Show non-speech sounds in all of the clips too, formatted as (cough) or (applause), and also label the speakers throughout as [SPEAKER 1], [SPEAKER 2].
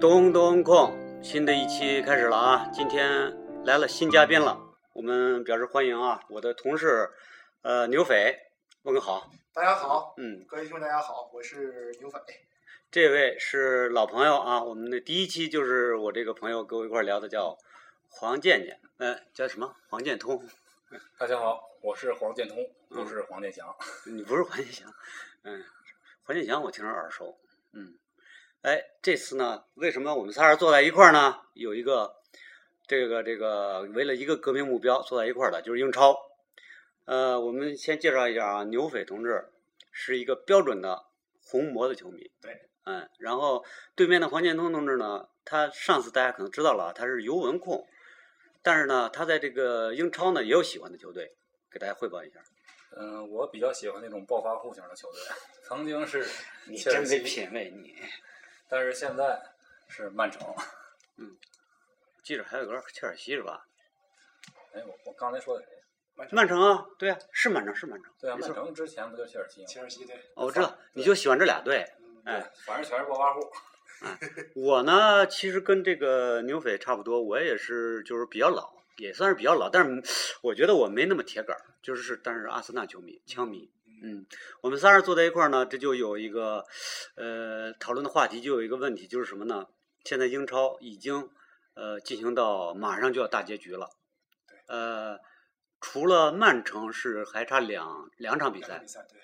[SPEAKER 1] 东东控，新的一期开始了啊！今天来了新嘉宾了，我们表示欢迎啊！我的同事，呃，牛匪，问个好。
[SPEAKER 2] 大家好，
[SPEAKER 1] 嗯，
[SPEAKER 2] 各位听众大家好，我是牛匪。
[SPEAKER 1] 这位是老朋友啊，我们的第一期就是我这个朋友跟我一块儿聊的，叫黄健健，呃，叫什么？黄建通，
[SPEAKER 3] 大家好，我是黄建通，
[SPEAKER 1] 嗯
[SPEAKER 3] 不是黄健翔。
[SPEAKER 2] 啊
[SPEAKER 1] 你不是黄健翔，嗯，黄健翔我听着耳熟，嗯，哎，这次呢，为什么我们仨人坐在一块儿呢？有一个这个这个为了一个革命目标坐在一块儿的，就是英超。呃，我们先介绍一下啊，牛匪同志是一个标准的红魔的球迷，
[SPEAKER 2] 对，
[SPEAKER 1] 嗯，然后对面的黄建通同志呢，他上次大家可能知道了啊，他是尤文控，但是呢，他在这个英超呢也有喜欢的球队，给大家汇报一下。
[SPEAKER 3] 嗯、我比较喜欢那种暴发户型的球队，曾经是
[SPEAKER 1] (laughs) 你
[SPEAKER 3] 切尔
[SPEAKER 1] 真没
[SPEAKER 3] 西，
[SPEAKER 1] 品位，你。
[SPEAKER 3] 但是现在是曼城。
[SPEAKER 1] 记着还有个切尔西是吧？
[SPEAKER 3] 哎，我我刚才说的谁？
[SPEAKER 1] 曼城啊，对啊，是曼城，是曼城。
[SPEAKER 3] 对啊，
[SPEAKER 1] 没
[SPEAKER 3] 曼
[SPEAKER 1] 错。
[SPEAKER 3] 城之前不就切尔西吗？
[SPEAKER 2] 切尔西队，
[SPEAKER 1] 哦，我知道，你就喜欢这俩队。
[SPEAKER 2] 嗯，
[SPEAKER 1] 哎，
[SPEAKER 3] 对，反正全是暴发户。
[SPEAKER 1] 我呢，其实跟这个牛匪差不多，我也是就是比较老，也算是比较老，但是我觉得我没那么铁杆儿，就是但是阿森纳球迷、枪迷。嗯，我们仨人坐在一块儿呢，这就有一个呃讨论的话题，就有一个问题，就是什么呢？现在英超已经呃进行到马上就要大结局了，呃，除了曼城是还差两两场比
[SPEAKER 2] 两场
[SPEAKER 1] 赛
[SPEAKER 2] 比，赛对，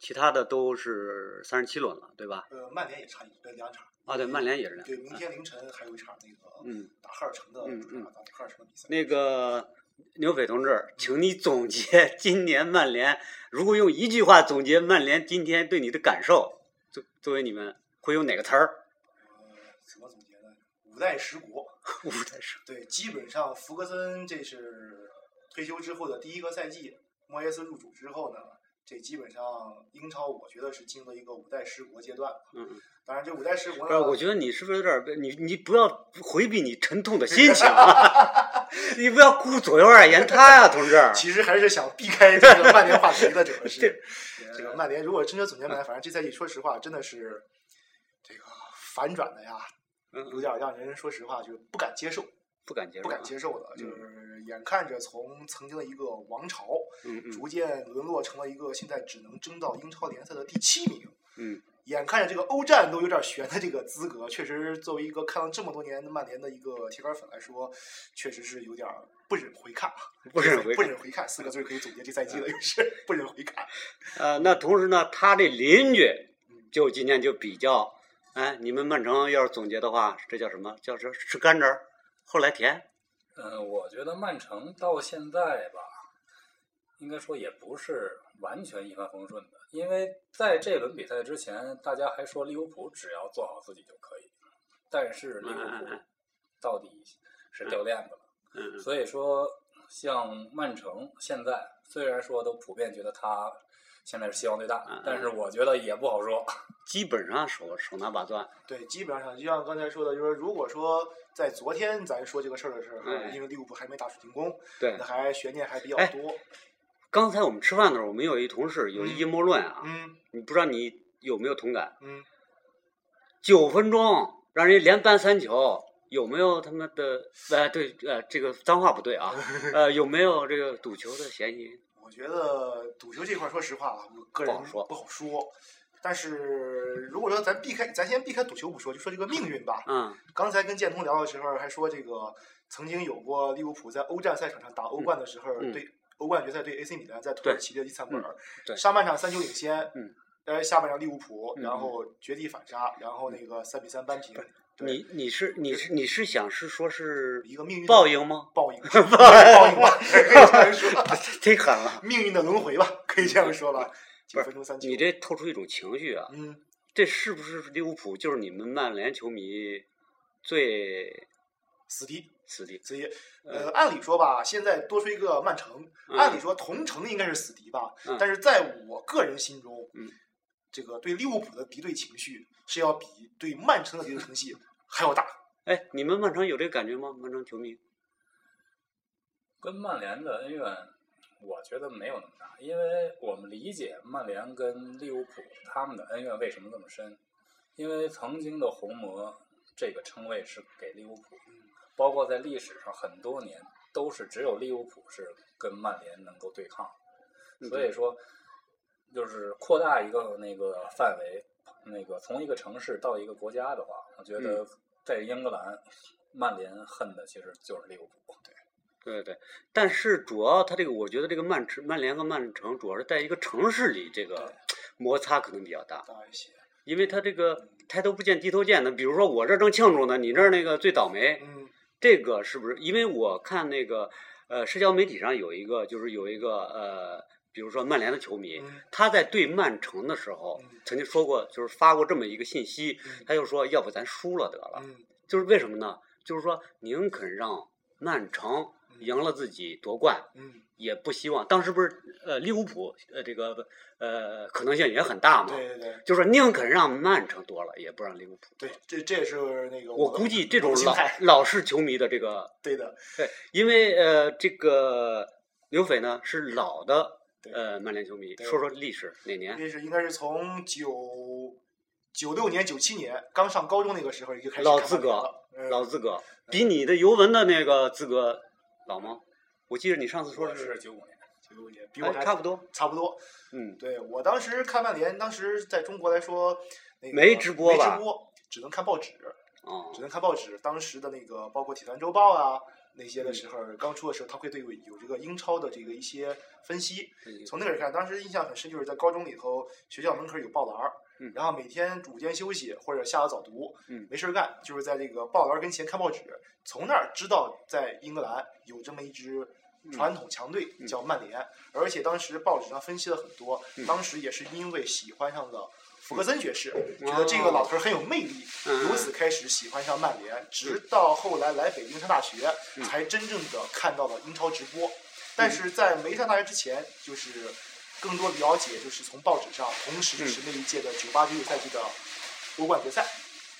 [SPEAKER 1] 其他的都是三十七轮了，对吧？
[SPEAKER 2] 呃，曼联也差一呃两场
[SPEAKER 1] 啊，对，曼联也是两
[SPEAKER 2] 对，明天凌晨还有一场那个
[SPEAKER 1] 嗯。
[SPEAKER 2] 打赫尔城的
[SPEAKER 1] 嗯
[SPEAKER 2] 主场打赫尔城的比赛。
[SPEAKER 1] 那个牛匪同志，请你总结 (laughs) 今年曼联，如果用一句话总结曼联今天对你的感受，作作为你们会用哪个词儿？
[SPEAKER 2] 呃，怎么总结呢？五代十国，
[SPEAKER 1] 五代十
[SPEAKER 2] 对，基本上福格森这是退休之后的第一个赛季，莫耶斯入主之后呢，这基本上英超我觉得是进入了一个五代十国阶段。
[SPEAKER 1] 嗯嗯，
[SPEAKER 2] 当然，这五代十国
[SPEAKER 1] 不
[SPEAKER 2] 呢
[SPEAKER 1] 是，，我觉得你是不是有点儿你你不要回避你沉痛的心
[SPEAKER 2] (laughs)
[SPEAKER 1] 情啊，你不要顾左右而言他呀、同志。
[SPEAKER 2] 其实还是想避开这个曼联话题的，主
[SPEAKER 1] (laughs)
[SPEAKER 2] 要是这个曼联。如果真正总结曼联，反正这赛季说实话真的是这个反转的呀，
[SPEAKER 1] 嗯
[SPEAKER 2] 有点让人说实话就是不敢接受，
[SPEAKER 1] 不敢接受、
[SPEAKER 2] 不
[SPEAKER 1] 啊，
[SPEAKER 2] 敢接受的，就是眼看着从曾经的一个王朝
[SPEAKER 1] 嗯嗯
[SPEAKER 2] 逐渐沦落成了一个现在只能争到英超联赛的第七名。
[SPEAKER 1] 嗯，
[SPEAKER 2] 眼看着这个欧战都有点悬的这个资格，确实作为一个看了这么多年的曼联的一个铁杆粉来说，确实是有点儿不忍回看啊。
[SPEAKER 1] 不忍回
[SPEAKER 2] 不
[SPEAKER 1] 看。嗯
[SPEAKER 2] 忍回看四个字儿可以总结这赛季了，就是 (laughs) 不忍回看。
[SPEAKER 1] 呃，那同时呢，他这邻居就今天就比较，哎，你们曼城要是总结的话，这叫什么？叫是吃甘蔗儿，后来甜。
[SPEAKER 3] 嗯、我觉得曼城到现在吧，应该说也不是完全一帆风顺的，因为在这轮比赛之前，大家还说利物浦只要做好自己就可以，但是利物
[SPEAKER 1] 嗯嗯
[SPEAKER 3] 浦
[SPEAKER 1] 嗯
[SPEAKER 3] 到底是掉链子
[SPEAKER 1] 嗯
[SPEAKER 3] 了。
[SPEAKER 1] 嗯
[SPEAKER 3] 所以说，像曼城现在虽然说都普遍觉得他现在是希望最
[SPEAKER 1] 嗯嗯
[SPEAKER 3] 大，但是我觉得也不好说。
[SPEAKER 1] 基本上手手拿把攥。
[SPEAKER 2] 对，基本上就像刚才说的，就是如果说在昨天咱说这个事儿的时候，
[SPEAKER 1] 哎
[SPEAKER 2] 因为利物浦还没打出进攻，
[SPEAKER 1] 对
[SPEAKER 2] 那，还悬念还比较
[SPEAKER 1] 哎
[SPEAKER 2] 多。
[SPEAKER 1] 刚才我们吃饭的时候，我们有一同事有一阴谋论啊，
[SPEAKER 2] 嗯
[SPEAKER 1] 你不知道你有没有同感？
[SPEAKER 2] 嗯，
[SPEAKER 1] 九分钟让人连扳三球，有没有他妈的？呃，对，呃，这个脏话不对
[SPEAKER 2] (laughs)
[SPEAKER 1] 啊，呃，有没有这个赌球的嫌疑？
[SPEAKER 2] 我觉得赌球这块，儿，说实话啊，我个人
[SPEAKER 1] 不好说
[SPEAKER 2] 不好说。但是如果说咱避开，咱先避开赌球不说，就说这个命运吧。
[SPEAKER 1] 嗯
[SPEAKER 2] 刚才跟建通聊的时候还说，这个曾经有过利物浦在欧战赛场上打欧冠的时候，
[SPEAKER 1] 嗯嗯嗯
[SPEAKER 2] 对欧冠决赛对 AC 米兰在土耳其的伊斯坦布尔，
[SPEAKER 1] 对
[SPEAKER 2] 上半场三球领先，
[SPEAKER 1] 嗯，
[SPEAKER 2] 呃下半场利物浦，
[SPEAKER 1] 嗯
[SPEAKER 2] 然后绝地反杀，然后那个三比三扳平，对，
[SPEAKER 1] 你你是你是你是想是说是
[SPEAKER 2] 一个命运的
[SPEAKER 1] 报应
[SPEAKER 2] (laughs)
[SPEAKER 1] 吗？
[SPEAKER 2] 报应报应吧，可以这样
[SPEAKER 1] (laughs)
[SPEAKER 2] 说，
[SPEAKER 1] 忒狠了！
[SPEAKER 2] 命运的轮回吧，可以这样说吧。
[SPEAKER 1] 不
[SPEAKER 2] 九
[SPEAKER 1] 是
[SPEAKER 2] 分钟三球，
[SPEAKER 1] 你这透出一种情绪啊，
[SPEAKER 2] 嗯，
[SPEAKER 1] 这是不是利物浦就是你们曼联球迷最
[SPEAKER 2] 死敌。
[SPEAKER 1] 死敌？
[SPEAKER 2] 所以，呃，按理说吧，现在多出一个曼城，
[SPEAKER 1] 嗯
[SPEAKER 2] 按理说同城应该是死敌吧，
[SPEAKER 1] 嗯
[SPEAKER 2] 但是在我个人心中，
[SPEAKER 1] 嗯
[SPEAKER 2] 这个对利物浦的敌对情绪是要比对曼城的敌对
[SPEAKER 1] (laughs)
[SPEAKER 2] 情绪还要大。
[SPEAKER 1] 哎，你们曼城有这个感觉吗？曼城球迷？
[SPEAKER 3] 跟曼联的恩怨，我觉得没有那么大，因为我们理解曼联跟利物浦他们的恩怨为什么这么深，因为曾经的红魔这个称谓是给利物浦，包括在历史上很多年都是只有利物浦是跟曼联能够对抗，
[SPEAKER 1] 嗯
[SPEAKER 3] 所以说就是扩大一个那个范围，那个从一个城市到一个国家的话，我
[SPEAKER 1] 嗯
[SPEAKER 3] 觉得在英格兰，曼联恨的其实就是利物浦。
[SPEAKER 1] 对对，但是主要它这个，我觉得这个曼城、曼联和曼城主要是在一个城市里，这个
[SPEAKER 2] 对
[SPEAKER 1] 摩擦可能比较大，
[SPEAKER 2] 大一些。
[SPEAKER 1] 因为它这个抬头不见低头见的，比如说我这儿正庆祝呢，你那儿那个最倒霉，
[SPEAKER 2] 嗯，
[SPEAKER 1] 这个是不是？因为我看那个呃，社交媒体上有一个，就是有一个呃，比如说曼联的球迷，
[SPEAKER 2] 嗯
[SPEAKER 1] 他在对曼城的时候
[SPEAKER 2] 嗯
[SPEAKER 1] 曾经说过，就是发过这么一个信息，
[SPEAKER 2] 嗯
[SPEAKER 1] 他就说要不咱输了得了，
[SPEAKER 2] 嗯
[SPEAKER 1] 就是为什么呢？就是说宁肯让曼城赢了自己夺冠。
[SPEAKER 2] 嗯，
[SPEAKER 1] 也不希望。当时不是呃利物浦呃这个呃可能性也很大嘛，
[SPEAKER 2] 对对对
[SPEAKER 1] 就是宁肯让曼城多了，也不让利物浦。
[SPEAKER 2] 对，这这也是那个
[SPEAKER 1] 我
[SPEAKER 2] 的
[SPEAKER 1] 估计这种
[SPEAKER 2] 心
[SPEAKER 1] 老
[SPEAKER 2] 态，
[SPEAKER 1] (laughs) 老式球迷的这个，
[SPEAKER 2] 对的，
[SPEAKER 1] 因为呃这个刘斐呢是老的
[SPEAKER 2] 对
[SPEAKER 1] 呃曼联球迷，
[SPEAKER 2] 对
[SPEAKER 1] 说说历史哪年？
[SPEAKER 2] 那是应该是从九九六年、九七年刚上高中那个时候就开始
[SPEAKER 1] 老
[SPEAKER 2] 看
[SPEAKER 1] 资
[SPEAKER 2] 曼联
[SPEAKER 1] 格
[SPEAKER 2] 了，嗯
[SPEAKER 1] 老资格比你的尤文的那个资格老吗？我记得你上次说
[SPEAKER 3] 我
[SPEAKER 1] 的
[SPEAKER 3] 是九五年，
[SPEAKER 2] 九六年比我
[SPEAKER 1] 哎
[SPEAKER 2] 还
[SPEAKER 1] 差不多，
[SPEAKER 2] 差不多。
[SPEAKER 1] 嗯，
[SPEAKER 2] 对我当时看曼联，当时在中国来说，那个
[SPEAKER 1] 没直播
[SPEAKER 2] 没
[SPEAKER 1] 吧
[SPEAKER 2] 直播，只能看报纸，
[SPEAKER 1] 哦
[SPEAKER 2] 只能看报纸。当时的那个包括《体坛周报》啊那些的
[SPEAKER 1] 嗯
[SPEAKER 2] 时候，刚出的时候，他会对有有这个英超的这个一些分析。从那个看，当时印象很深，就是在高中里头，学校门口有报栏儿
[SPEAKER 1] 嗯，
[SPEAKER 2] 然后每天午间休息或者下了早读，
[SPEAKER 1] 嗯
[SPEAKER 2] 没事儿干，就是在这个报栏儿跟前看报纸，从那儿知道在英格兰有这么一支。
[SPEAKER 1] 嗯
[SPEAKER 2] 传统强队叫曼联，而且当时报纸上分析了很多，
[SPEAKER 1] 嗯
[SPEAKER 2] 当时也是因为喜欢上了福格森爵士，觉得这个老头儿很有魅力，
[SPEAKER 1] 嗯
[SPEAKER 2] 由此开始喜欢上曼联，直到后来来北京上大学，
[SPEAKER 1] 嗯
[SPEAKER 2] 才真正的看到了英超直播。但是在没上大学之前，就是更多了解，就是从报纸上，同时就是
[SPEAKER 1] 嗯
[SPEAKER 2] 那一届的九八九九赛季的欧冠决赛。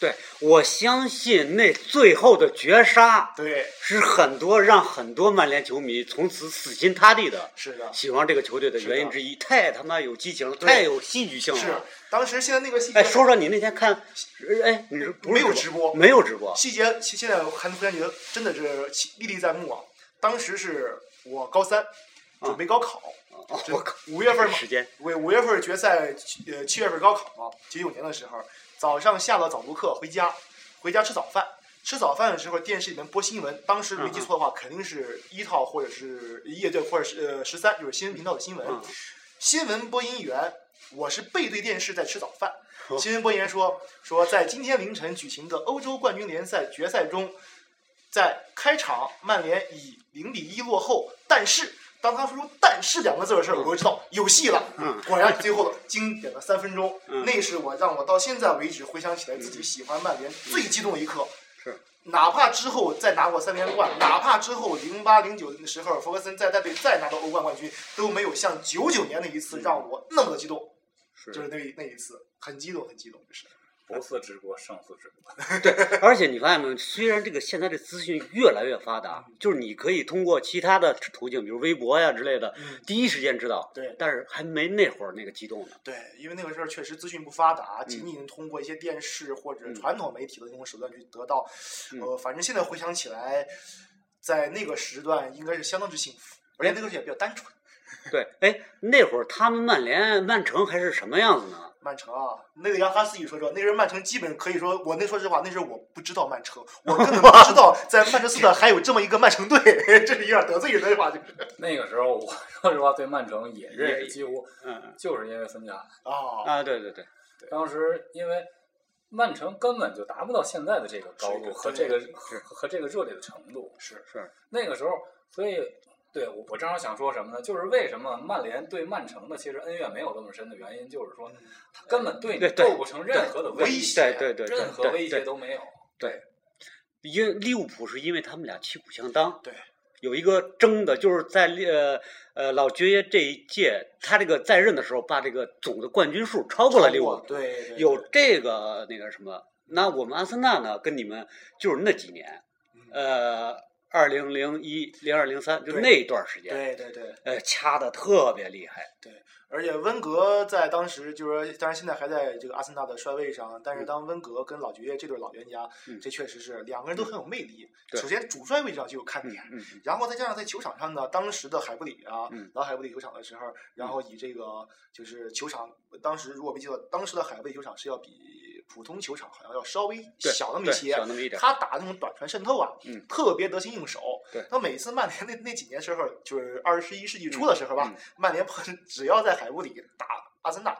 [SPEAKER 1] 对，我相信那最后的绝杀，
[SPEAKER 2] 对，
[SPEAKER 1] 是很多让很多曼联球迷从此死心塌地的
[SPEAKER 2] 是的，
[SPEAKER 1] 喜欢这个球队的原因之一，太他妈有激情了，
[SPEAKER 2] 对
[SPEAKER 1] 太有戏剧性
[SPEAKER 2] 是
[SPEAKER 1] 了。
[SPEAKER 2] 当时现在那个细
[SPEAKER 1] 嗯
[SPEAKER 2] 节，
[SPEAKER 1] 哎，说说你那天看，哎，你是不
[SPEAKER 2] 没
[SPEAKER 1] 是
[SPEAKER 2] 有直播
[SPEAKER 1] 没有直播，
[SPEAKER 2] 细节，现现在我还突然觉得真的是历历在目啊。当时是我高三，准备高考，
[SPEAKER 1] 哦
[SPEAKER 2] 这
[SPEAKER 1] 我靠，
[SPEAKER 2] 五月份
[SPEAKER 1] (laughs)
[SPEAKER 2] 嘛，
[SPEAKER 1] 时间，
[SPEAKER 2] 五五月份决赛，呃，七月份高考嘛，九九年的时候，早上下了早读课回家，回家吃早饭。吃早饭的时候，电视里面播新闻，当时没记错的话，肯定是一套或者是夜对或者是呃十三，就是新闻频道的新闻。
[SPEAKER 1] 嗯
[SPEAKER 2] 新闻播音员，我是背对电视在吃早饭。新闻播音员说说，在今天凌晨举行的欧洲冠军联赛决赛中，在开场曼联以零比一落后，但是当他说出“但是”两个字的时候，我就知道有戏了。
[SPEAKER 1] 嗯
[SPEAKER 2] 果然最后的经典的三分钟，
[SPEAKER 1] 嗯
[SPEAKER 2] 那是我让我到现在为止回想起来自己喜欢曼联最激动的一刻。
[SPEAKER 1] 是，
[SPEAKER 2] 哪怕之后再拿过三连冠，哪怕之后零八零九的时候弗格森再带队再拿到欧冠冠军，都没有像九九年那一次让我那么的激动，就是是那一那一次很激动，很激动，就是
[SPEAKER 3] 不似直播胜似直播。
[SPEAKER 1] 而且你发现没有？虽然这个现在这资讯越来越发达，
[SPEAKER 3] 嗯
[SPEAKER 1] 就是你可以通过其他的途径，比如微博呀之类的，
[SPEAKER 2] 嗯
[SPEAKER 1] 第一时间知道，
[SPEAKER 2] 对
[SPEAKER 1] 但是还没那会儿那个激动呢。
[SPEAKER 2] 对，因为那个时候确实资讯不发达，
[SPEAKER 1] 嗯
[SPEAKER 2] 仅仅通过一些电视或者传统媒体的那种手段去得到。
[SPEAKER 1] 嗯
[SPEAKER 2] 呃，反正现在回想起来，在那个时段应该是相当之幸福，而且那个时候也比较单纯。
[SPEAKER 1] 对，哎，那会儿他们曼联、曼城还是什么样子呢？
[SPEAKER 2] 曼城啊，那个杨哈斯己说说，那个人曼城基本可以说，我那说实话，那时候我不知道曼城，我根本不知道在曼彻斯特还有这么一个曼城队， (laughs) 这是有点得罪人的话，就是
[SPEAKER 3] 那个时候，我 (laughs) 说实话对曼城也认识，几乎
[SPEAKER 1] 嗯嗯
[SPEAKER 3] 就是因为孙佳。
[SPEAKER 2] 啊，
[SPEAKER 1] 啊，对对对，
[SPEAKER 3] 当时因为曼城根本就达不到现在的这个高度和这个和和这个热烈的程度，
[SPEAKER 2] 是
[SPEAKER 1] 是，
[SPEAKER 3] 那个时候，所以对我我正好想说什么呢？就是为什么曼联对曼城的其实恩怨没有那么深的原因，就是说他根本对你
[SPEAKER 1] 嗯对对
[SPEAKER 3] 构不成任何的威胁，
[SPEAKER 1] 对对对对
[SPEAKER 3] 任何
[SPEAKER 1] 对
[SPEAKER 3] 威胁
[SPEAKER 1] 对
[SPEAKER 3] 都没有。
[SPEAKER 1] 因利物浦是因为他们俩旗鼓相当，
[SPEAKER 2] 对，
[SPEAKER 1] 有一个争的，就是在利呃呃老爵爷这一届，他这个在任的时候，把这个总的冠军数超过了利物浦，
[SPEAKER 2] 对，对对
[SPEAKER 1] 有这个那个什么。那我们阿森纳呢，跟你们就是那几年，呃，二零零一、零二、零三，就
[SPEAKER 2] 嗯对
[SPEAKER 1] 那一段时间，
[SPEAKER 2] 对对对
[SPEAKER 1] 呃，掐的特别厉害。
[SPEAKER 2] 对，而且温格在当时就是说，当然现在还在这个阿森纳的帅位上，但是当温格跟老爵爷这对老冤家，
[SPEAKER 1] 嗯
[SPEAKER 2] 这确实是两个人都很有魅力。
[SPEAKER 1] 对
[SPEAKER 2] 首先主帅位置上就有看
[SPEAKER 1] 嗯
[SPEAKER 2] 点，
[SPEAKER 1] 嗯
[SPEAKER 2] 然后再加上在球场上呢，当时的海布里啊，
[SPEAKER 1] 嗯
[SPEAKER 2] 老海布里球场的时候，然后以这个就是球场，当时如果没记错，当时的海布里球场是要比普通球场好像要稍微
[SPEAKER 1] 对
[SPEAKER 2] 小那么一
[SPEAKER 1] 对
[SPEAKER 2] 些
[SPEAKER 1] 小，那么一点儿。
[SPEAKER 2] 他打那种短传渗透啊，
[SPEAKER 1] 嗯
[SPEAKER 2] 特别得心应手。
[SPEAKER 1] 对
[SPEAKER 2] 那每次曼联那 (laughs) 那几年时候，就是二十一世纪初的时候吧，
[SPEAKER 1] 嗯
[SPEAKER 2] 曼联碰只要在海布里打阿森纳，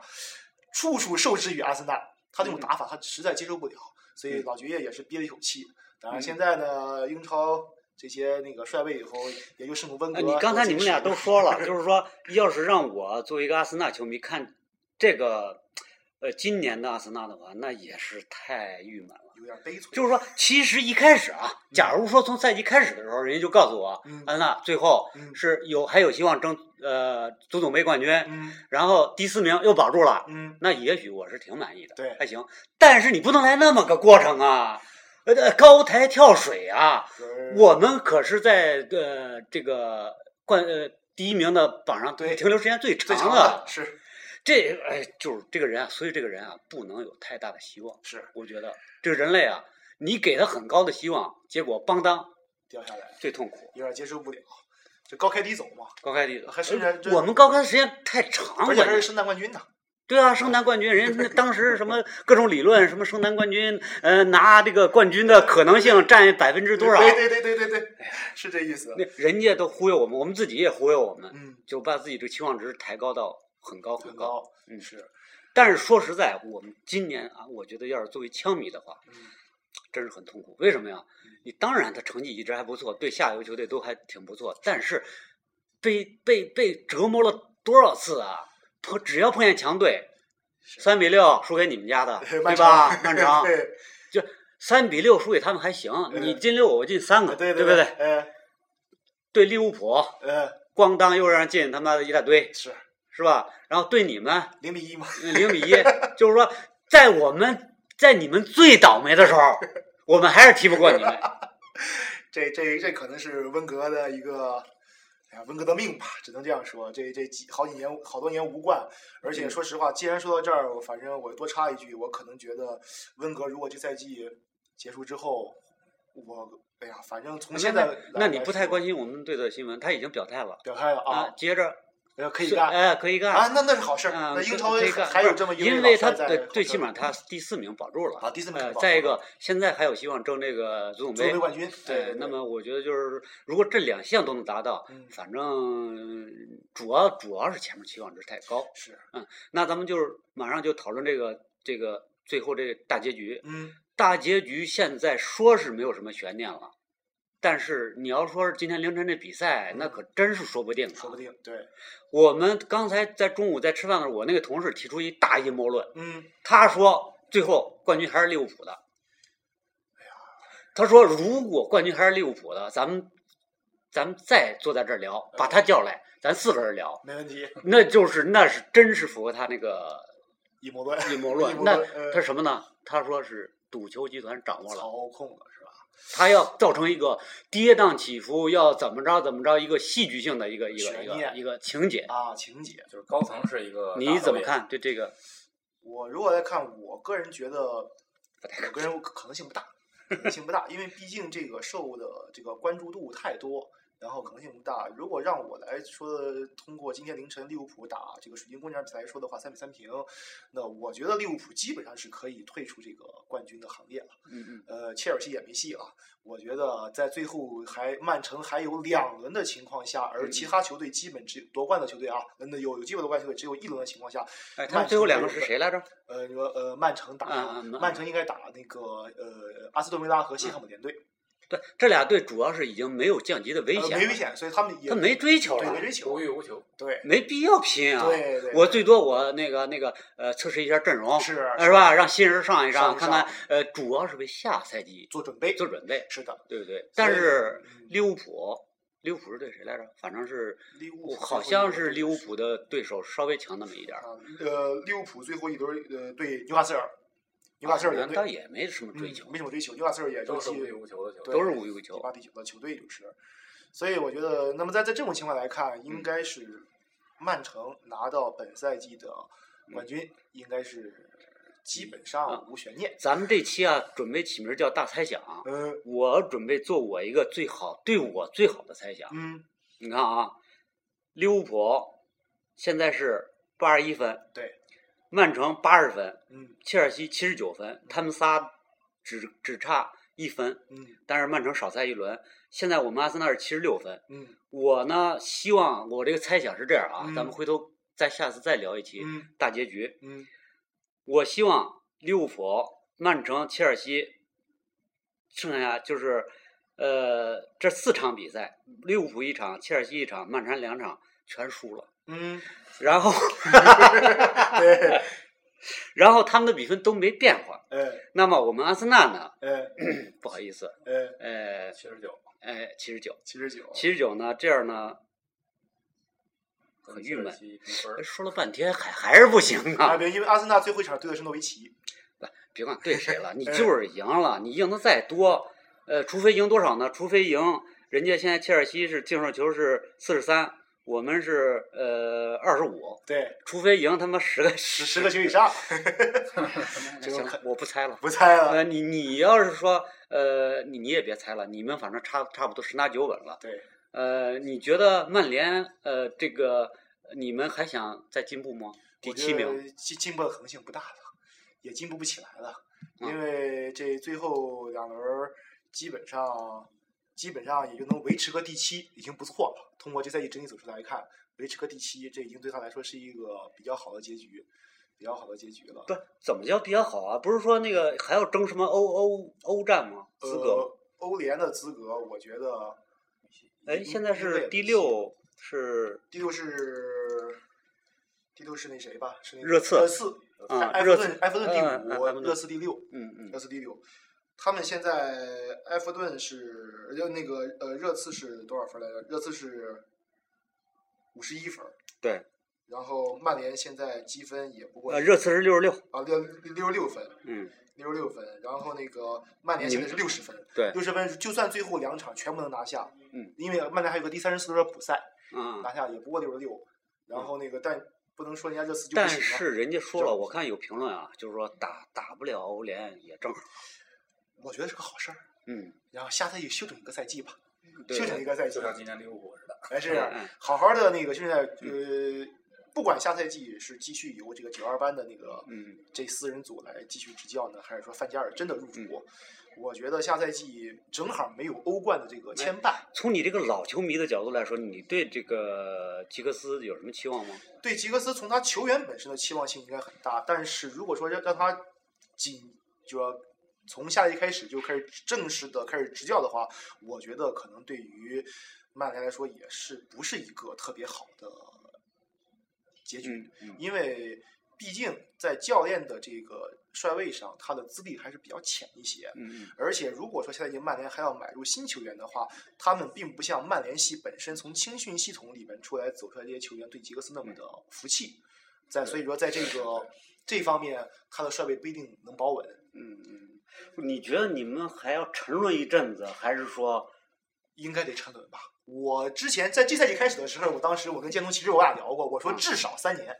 [SPEAKER 2] 处处受制于阿森纳，他这种打法他实在接受不了，所以
[SPEAKER 1] 嗯
[SPEAKER 2] 老爵爷也是憋了一口气。当然
[SPEAKER 1] 嗯
[SPEAKER 2] 现在呢，英超这些那个帅位以后，也就剩温格
[SPEAKER 1] 呃，
[SPEAKER 2] 和
[SPEAKER 1] 你
[SPEAKER 2] 杰什。
[SPEAKER 1] 刚才你们俩都说了，就是说，要是让我作为一个阿森纳球迷看这个，呃，今年的阿森纳的话，那也是太郁闷了。
[SPEAKER 2] 有点悲催，
[SPEAKER 1] 就是说，其实一开始啊，假如说从赛季开始的时候，人家就告诉我，
[SPEAKER 2] 嗯
[SPEAKER 1] 阿森纳最后
[SPEAKER 2] 嗯
[SPEAKER 1] 是有还有希望争呃足总杯冠军，
[SPEAKER 2] 嗯
[SPEAKER 1] 然后第四名又保住了，
[SPEAKER 2] 嗯，
[SPEAKER 1] 那也许我是挺满意的，
[SPEAKER 2] 对
[SPEAKER 1] 还行。但是你不能来那么个过程啊，呃，高台跳水啊，
[SPEAKER 2] 就是
[SPEAKER 1] 我们可是在呃这个冠呃第一名的榜上
[SPEAKER 2] 对
[SPEAKER 1] 停留时间最
[SPEAKER 2] 最
[SPEAKER 1] 长
[SPEAKER 2] 强的
[SPEAKER 1] 的，
[SPEAKER 2] 是
[SPEAKER 1] 这哎就是这个人啊，所以这个人啊不能有太大的希望。
[SPEAKER 2] 是
[SPEAKER 1] 我觉得这个人类啊，你给他很高的希望，结果邦当
[SPEAKER 2] 掉下来，
[SPEAKER 1] 最痛苦，
[SPEAKER 2] 有点接受不了，就高开低走嘛，
[SPEAKER 1] 高开低走。
[SPEAKER 2] 还甚至还真
[SPEAKER 1] 我们高开的时间太长
[SPEAKER 2] 而且还
[SPEAKER 1] 了
[SPEAKER 2] 是。圣诞冠军呢。
[SPEAKER 1] 对啊，圣诞冠军，人家那当时什么各种理论，什么圣诞冠军，呃，拿这个冠军的可能性占百分之多少？
[SPEAKER 2] 对对对对对对，是这意思。
[SPEAKER 1] 那人家都忽悠我们，我们自己也忽悠我们。
[SPEAKER 2] 嗯，
[SPEAKER 1] 就把自己这期望值抬高到很高
[SPEAKER 2] 很
[SPEAKER 1] 很高。
[SPEAKER 2] 高，
[SPEAKER 1] 嗯
[SPEAKER 2] 是，
[SPEAKER 1] 但是说实在，我们今年啊，我觉得要是作为枪迷的话，
[SPEAKER 2] 嗯
[SPEAKER 1] 真是很痛苦。为什么呀？你当然他成绩一直还不错，对下游球队都还挺不错，但是被被被折磨了多少次啊！碰只要碰见强队，
[SPEAKER 2] 是
[SPEAKER 1] 三比六输给你们
[SPEAKER 2] (laughs)
[SPEAKER 1] 家的，对
[SPEAKER 2] 漫
[SPEAKER 1] 吧？
[SPEAKER 2] 长
[SPEAKER 1] 曼城
[SPEAKER 2] 对
[SPEAKER 1] 三比六输给他们还行，你进六我进三个，
[SPEAKER 2] 对
[SPEAKER 1] 对
[SPEAKER 2] 对
[SPEAKER 1] 不对？？
[SPEAKER 2] 呃
[SPEAKER 1] 对利物浦，
[SPEAKER 2] 呃，
[SPEAKER 1] 咣当又让进他妈的一大堆，
[SPEAKER 2] 是
[SPEAKER 1] 是吧？然后对你们
[SPEAKER 2] 零比一嘛，
[SPEAKER 1] 零比一，就是说，在我们在你们最倒霉的时候，我们还是踢不过你们。
[SPEAKER 2] 这这这可能是温格的一个。哎呀，温格的命吧，只能这样说。这这几好几年、好多年无冠，而且
[SPEAKER 1] 嗯
[SPEAKER 2] 说实话，既然说到这儿，我反正我多插一句，我可能觉得温格如果这赛季结束之后，我哎呀，反正 (laughs) 从现在来
[SPEAKER 1] 啊那你不太关
[SPEAKER 2] 心
[SPEAKER 1] 心我们队的新闻，他已经表态了
[SPEAKER 2] 表态了
[SPEAKER 1] 啊
[SPEAKER 2] 啊，，
[SPEAKER 1] 接着
[SPEAKER 2] 呃可以
[SPEAKER 1] 是
[SPEAKER 2] 干
[SPEAKER 1] 哎，可以干
[SPEAKER 2] 啊，那那是好事儿。
[SPEAKER 1] 啊
[SPEAKER 2] 那英
[SPEAKER 1] 可
[SPEAKER 2] 超
[SPEAKER 1] 可以干
[SPEAKER 2] 还有这么
[SPEAKER 1] 不
[SPEAKER 2] 一
[SPEAKER 1] 是
[SPEAKER 2] 位
[SPEAKER 1] 因
[SPEAKER 2] 老
[SPEAKER 1] 为
[SPEAKER 2] 帅
[SPEAKER 1] 他
[SPEAKER 2] 在
[SPEAKER 1] 呃
[SPEAKER 2] 后嗯
[SPEAKER 1] 最起
[SPEAKER 2] 边
[SPEAKER 1] 码他第四名保住了
[SPEAKER 2] 啊第四名
[SPEAKER 1] 呃
[SPEAKER 2] 保
[SPEAKER 1] 再一
[SPEAKER 2] 住了
[SPEAKER 1] 个，现在还有希望争这个足总
[SPEAKER 2] 足
[SPEAKER 1] 杯
[SPEAKER 2] 球。冠军，
[SPEAKER 1] 对，那么我觉得就是，如果这两项都能达到
[SPEAKER 2] 嗯，
[SPEAKER 1] 反正主要主要是前面期望值太高。
[SPEAKER 2] 是
[SPEAKER 1] 那咱们就是马上就讨论这个这个最后这个大结局。
[SPEAKER 2] 嗯，
[SPEAKER 1] 大结局现在说是没有什么悬念了，但是你要说是今天凌晨这比赛，那可真是说不定啊。
[SPEAKER 2] 说不定对，
[SPEAKER 1] 我们刚才在中午在吃饭的时候，我那个同事提出一大阴谋论，
[SPEAKER 2] 嗯，
[SPEAKER 1] 他说最后冠军还是利物浦的。
[SPEAKER 2] 哎
[SPEAKER 1] 他说如果冠军还是利物浦的，咱们咱们再坐在这儿聊，把他叫来，咱四个人聊，
[SPEAKER 2] 没问
[SPEAKER 1] (laughs)
[SPEAKER 2] 题，
[SPEAKER 1] 那就是那是真是符合他那个
[SPEAKER 2] 阴谋
[SPEAKER 1] (laughs)
[SPEAKER 2] 论，
[SPEAKER 1] 阴谋
[SPEAKER 2] 阴
[SPEAKER 1] 论。
[SPEAKER 2] 谋
[SPEAKER 1] 那
[SPEAKER 2] 论呃
[SPEAKER 1] 他什么呢？他说是赌球集团掌握了。
[SPEAKER 2] 操控了是吧？
[SPEAKER 1] 它要造成一个跌宕起伏，要怎么着怎么着，一个戏剧性的一个一个
[SPEAKER 2] 悬
[SPEAKER 1] 一个
[SPEAKER 2] 念
[SPEAKER 1] 一个情节，
[SPEAKER 2] 啊，情节，
[SPEAKER 3] 就是高层是一个
[SPEAKER 1] 你怎么
[SPEAKER 3] 大导演？
[SPEAKER 1] 看对这个？
[SPEAKER 2] 我如果来看，我个人觉得，我个人可能性不大，可能性不大，因为毕竟这个受的这个关注度太多。然后可能性不大。如果让我来说，通过今天凌晨利物浦打这个水晶宫这场比赛来说的话，三比三平，那我觉得利物浦基本上是可以退出这个冠军的行列了。
[SPEAKER 1] 嗯嗯，
[SPEAKER 2] 呃，切尔西也没戏了。我觉得在最后还曼城还有两轮的情况下，而其他球队基本只有夺冠的球队啊，那那有有机会夺冠球队只有一轮的情况下，
[SPEAKER 1] 哎，他们最后两个是谁来着？
[SPEAKER 2] 呃，你说呃，曼城打、
[SPEAKER 1] 嗯嗯嗯嗯
[SPEAKER 2] 曼城应该打那个呃阿斯顿维拉和西汉姆联队，
[SPEAKER 1] 对，这俩队主要是已经没有降级的危
[SPEAKER 2] 呃
[SPEAKER 1] 险
[SPEAKER 2] 没危
[SPEAKER 1] 了，
[SPEAKER 2] 险，所以他们也
[SPEAKER 1] 他没追求
[SPEAKER 2] 对
[SPEAKER 1] 了
[SPEAKER 2] 没，追
[SPEAKER 3] 无
[SPEAKER 2] 求，
[SPEAKER 3] 欲无求，
[SPEAKER 2] 对
[SPEAKER 1] 没必要拼啊。
[SPEAKER 2] 对对，
[SPEAKER 1] 我最多我那个那个呃测试一下阵容，
[SPEAKER 2] 是
[SPEAKER 1] 呃是吧？让新人上一
[SPEAKER 2] 上
[SPEAKER 1] 上，
[SPEAKER 2] 一
[SPEAKER 1] 看看呃，主要是为下赛季
[SPEAKER 2] 做准备，
[SPEAKER 1] 做准备，
[SPEAKER 2] 是的，
[SPEAKER 1] 对不对？
[SPEAKER 2] 所以
[SPEAKER 1] 但是
[SPEAKER 2] 嗯
[SPEAKER 1] 利物浦，利物浦是对谁来着？反正是
[SPEAKER 2] 利物浦
[SPEAKER 1] 好
[SPEAKER 2] 最后
[SPEAKER 1] 像
[SPEAKER 2] 一轮
[SPEAKER 1] 是利物浦的对手稍微强那么一点儿。
[SPEAKER 2] 啊，呃，利物浦最后一轮呃对纽卡斯尔，纽卡斯尔也
[SPEAKER 1] 倒
[SPEAKER 2] 对，
[SPEAKER 1] 也没什么
[SPEAKER 2] 嗯
[SPEAKER 1] 追求，
[SPEAKER 2] 没什么追求，纽卡斯尔也就
[SPEAKER 3] 都是
[SPEAKER 2] 是
[SPEAKER 3] 无欲无求的球队。
[SPEAKER 1] 都是无欲无
[SPEAKER 2] 第
[SPEAKER 1] 求
[SPEAKER 2] 八、。第九的球队就是。所以我觉得，那么在在这种情况来看，应该是曼城拿到本赛季的冠军，应该是基本上无悬念。
[SPEAKER 1] 咱们这期啊，准备起名叫大猜想。
[SPEAKER 2] 嗯
[SPEAKER 1] 我准备做我一个最好对我最好的猜想。
[SPEAKER 2] 嗯，
[SPEAKER 1] 你看啊，利物浦现在是八十一分，
[SPEAKER 2] 对，
[SPEAKER 1] 曼城八十分，
[SPEAKER 2] 嗯
[SPEAKER 1] 切尔西七十九分，他们仨只只差一分，
[SPEAKER 2] 嗯
[SPEAKER 1] 但是曼城少赛一轮。现在我们阿森纳是七十六分，
[SPEAKER 2] 嗯
[SPEAKER 1] 我呢希望我这个猜想是这样啊，
[SPEAKER 2] 嗯
[SPEAKER 1] 咱们回头再下次再聊一期、
[SPEAKER 2] 嗯
[SPEAKER 1] 大结局。
[SPEAKER 2] 嗯
[SPEAKER 1] 我希望利物浦、曼城、切尔西，剩下就是呃这四场比赛，利物浦一场，切尔西一场，曼城两场全输了，
[SPEAKER 2] 嗯，
[SPEAKER 1] 然后
[SPEAKER 2] 对，
[SPEAKER 1] 然后他们的比分都没变化。
[SPEAKER 2] 哎
[SPEAKER 1] 那么我们阿森纳呢？
[SPEAKER 2] 哎
[SPEAKER 1] 不好意思，
[SPEAKER 2] 哎，
[SPEAKER 1] 呃
[SPEAKER 3] 七十九，
[SPEAKER 1] 呃七十九，
[SPEAKER 2] 七十九，
[SPEAKER 1] 七十九呢这样呢，
[SPEAKER 3] 跟
[SPEAKER 1] 很
[SPEAKER 3] 切
[SPEAKER 1] 郁
[SPEAKER 3] 尔
[SPEAKER 1] 闷
[SPEAKER 3] 西平分
[SPEAKER 1] 哎
[SPEAKER 3] 儿。
[SPEAKER 1] 说了半天还还是不行
[SPEAKER 2] 啊，
[SPEAKER 1] 啊！
[SPEAKER 2] 别，因为阿森纳最后一场对的是诺维奇，
[SPEAKER 1] 别管对谁了，你
[SPEAKER 2] (laughs) 哎
[SPEAKER 1] 就是赢了，你赢的再多，呃，除非赢多少呢？除非赢人家现在切尔西是净胜球是四十三，我们是呃二十五，
[SPEAKER 2] 对，
[SPEAKER 1] 除非赢他妈十个
[SPEAKER 2] (laughs) 十
[SPEAKER 1] 十
[SPEAKER 2] 十个球以上，这种
[SPEAKER 1] 行
[SPEAKER 2] 看，
[SPEAKER 1] 我不猜了。
[SPEAKER 2] 不猜了，
[SPEAKER 1] 呃，你你要是说，呃，你你也别猜了，你们反正差差不多十拿九稳了。
[SPEAKER 2] 对，
[SPEAKER 1] 呃，你觉得曼联呃这个你们还想再进步吗？第
[SPEAKER 2] 我
[SPEAKER 1] 七
[SPEAKER 2] 觉
[SPEAKER 1] 名，
[SPEAKER 2] 得进进步的可能性不大了，也进步不起来了，
[SPEAKER 1] 嗯
[SPEAKER 2] 因为这最后两轮儿基本上基本上也就能维持个第七，已经不错了。通过这赛季整体走势来看，维持个第七，这已经对他来说是一个比较好的结局，比较好的结局了。
[SPEAKER 1] 不是怎么叫比较好啊？不是说那个还要争什么欧欧欧战吗？资格吗？
[SPEAKER 2] 呃，欧联的资格，我觉得，
[SPEAKER 1] 哎、
[SPEAKER 2] 应
[SPEAKER 1] 现在
[SPEAKER 2] 应该也
[SPEAKER 1] 是第
[SPEAKER 2] 不
[SPEAKER 1] 六，是
[SPEAKER 2] 第六是第六是那谁吧？是那个
[SPEAKER 1] 热刺
[SPEAKER 2] 热刺，
[SPEAKER 1] 啊
[SPEAKER 2] 埃弗
[SPEAKER 1] 热
[SPEAKER 2] 顿
[SPEAKER 1] 刺
[SPEAKER 2] 埃弗顿
[SPEAKER 1] 嗯嗯
[SPEAKER 2] 第五，
[SPEAKER 1] 埃弗顿
[SPEAKER 2] 热刺第六，
[SPEAKER 1] 嗯嗯
[SPEAKER 2] 热刺第六。他们现在埃弗顿是呃那个呃热刺是多少分来着？热刺是五十一分儿，
[SPEAKER 1] 对，
[SPEAKER 2] 然后曼联现在积分也不过
[SPEAKER 1] 呃，热刺是六十六，
[SPEAKER 2] 啊六六十六分，
[SPEAKER 1] 嗯，
[SPEAKER 2] 六十六分，然后那个曼联现在是六十分，
[SPEAKER 1] 对
[SPEAKER 2] 六十分就算最后两场全部能拿下，
[SPEAKER 1] 嗯，
[SPEAKER 2] 因为曼联还有个第三十四轮补赛，
[SPEAKER 1] 啊，
[SPEAKER 2] 拿下也不过六十六，然后那个但不能说人家热刺就
[SPEAKER 1] 但
[SPEAKER 2] 不行
[SPEAKER 1] 是
[SPEAKER 2] 了。
[SPEAKER 1] 人家说
[SPEAKER 2] 这
[SPEAKER 1] 了，我看有评论啊，就是说打打不了欧联也正好，
[SPEAKER 2] 我觉得是个好事儿，
[SPEAKER 1] 嗯，
[SPEAKER 2] 然后下赛季休整一个赛季吧，
[SPEAKER 1] 对
[SPEAKER 2] 休整一个赛季
[SPEAKER 3] 就，像今年利物浦似的，
[SPEAKER 2] 还是
[SPEAKER 1] 嗯嗯
[SPEAKER 2] 好好的那个现在呃，不管下赛季是继续由这个九二班的那个
[SPEAKER 1] 嗯，
[SPEAKER 2] 这四人组来继续执教呢，还是说范加尔真的入主？我觉得下赛季正好没有欧冠的这个牵绊，
[SPEAKER 1] 从你这个老球迷的角度来说，你对这个吉克斯有什么期望吗？
[SPEAKER 2] 对吉格斯从他球员本身的期望性应该很大，但是如果说让让他仅就要从下一开始就开始正式的开始执教的话，我觉得可能对于曼联来说也是不是一个特别好的结局，
[SPEAKER 1] 嗯嗯
[SPEAKER 2] 因为毕竟在教练的这个帅位上，他的资历还是比较浅一些。
[SPEAKER 1] 嗯
[SPEAKER 2] 而且，如果说现在已经曼联还要买入新球员的话，他们并不像曼联系本身从青训系统里面出来走出来这些球员对吉格斯那么的服气，在所以说在这个这方面，他的帅位不一定能保稳。
[SPEAKER 1] 嗯嗯，你觉得你们还要沉沦一阵子，还是说，
[SPEAKER 2] 应该得沉沦吧。我之前在这赛季开始的时候，我当时我跟建东其实我俩聊过，我说
[SPEAKER 1] 嗯
[SPEAKER 2] 至少三年，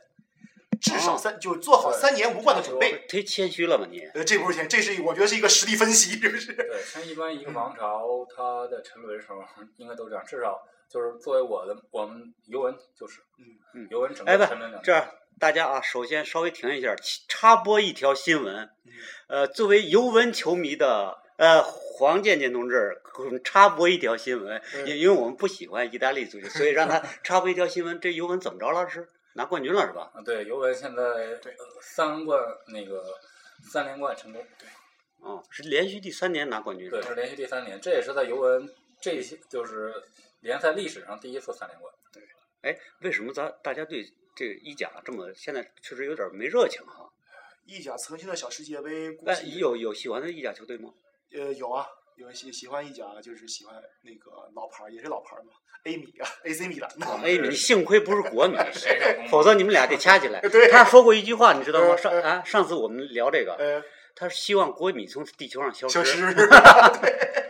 [SPEAKER 2] 至少
[SPEAKER 1] 哦
[SPEAKER 2] 三就是做好
[SPEAKER 3] 对
[SPEAKER 2] 三年无冠的准备。
[SPEAKER 1] 忒谦虚了吧你？
[SPEAKER 2] 呃，这不是钱，这是一我觉得是一个实力分析，是不是？
[SPEAKER 3] 对，像一般一个王朝，它的沉沦时候应该都这样，至少就是作为我的我们尤文就是，
[SPEAKER 2] 嗯
[SPEAKER 1] 嗯
[SPEAKER 3] 尤文整
[SPEAKER 1] 哎
[SPEAKER 3] 个
[SPEAKER 1] 不
[SPEAKER 3] 沉沦两
[SPEAKER 1] 这
[SPEAKER 3] 年，
[SPEAKER 1] 样，大家啊，首先稍微停一下，其插播一条新闻。呃，作为尤文球迷的呃黄健健同志，我们插播一条新闻，
[SPEAKER 2] 嗯
[SPEAKER 1] 因因为我们不喜欢意大利足球，所以让他插播一条新闻。这尤文怎么着了？是拿冠军了是吧？
[SPEAKER 3] 啊对，尤文现在
[SPEAKER 2] 对
[SPEAKER 3] 呃三冠那个三连冠成功，
[SPEAKER 1] 哦，是连续第三年拿冠军。
[SPEAKER 3] 对，是连续第三年，这也是在尤文这些就是联赛历史上第一次三连冠。
[SPEAKER 1] 哎，为什么咱大家对这意甲这么现在确实有点没热情哈、
[SPEAKER 2] 意甲曾经的小世界杯，估
[SPEAKER 1] 哎，
[SPEAKER 2] 计
[SPEAKER 1] 有有喜欢的意甲球队吗？
[SPEAKER 2] 呃有啊，有喜喜欢意甲就是喜欢那个老牌儿，也是老牌儿嘛，A 米啊，AC 米兰呐。
[SPEAKER 1] 哎，你幸亏不是国
[SPEAKER 2] (laughs)。
[SPEAKER 1] 米，
[SPEAKER 3] 谁敢攻
[SPEAKER 1] 否则你们俩得掐起来
[SPEAKER 2] 对
[SPEAKER 1] 他说过一句话，你知道吗？
[SPEAKER 2] 嗯
[SPEAKER 1] 上啊，上次我们聊这个，
[SPEAKER 2] 呃，
[SPEAKER 1] 他希望国米从地球上消
[SPEAKER 2] 消
[SPEAKER 1] 失。
[SPEAKER 2] 失， (laughs) 对，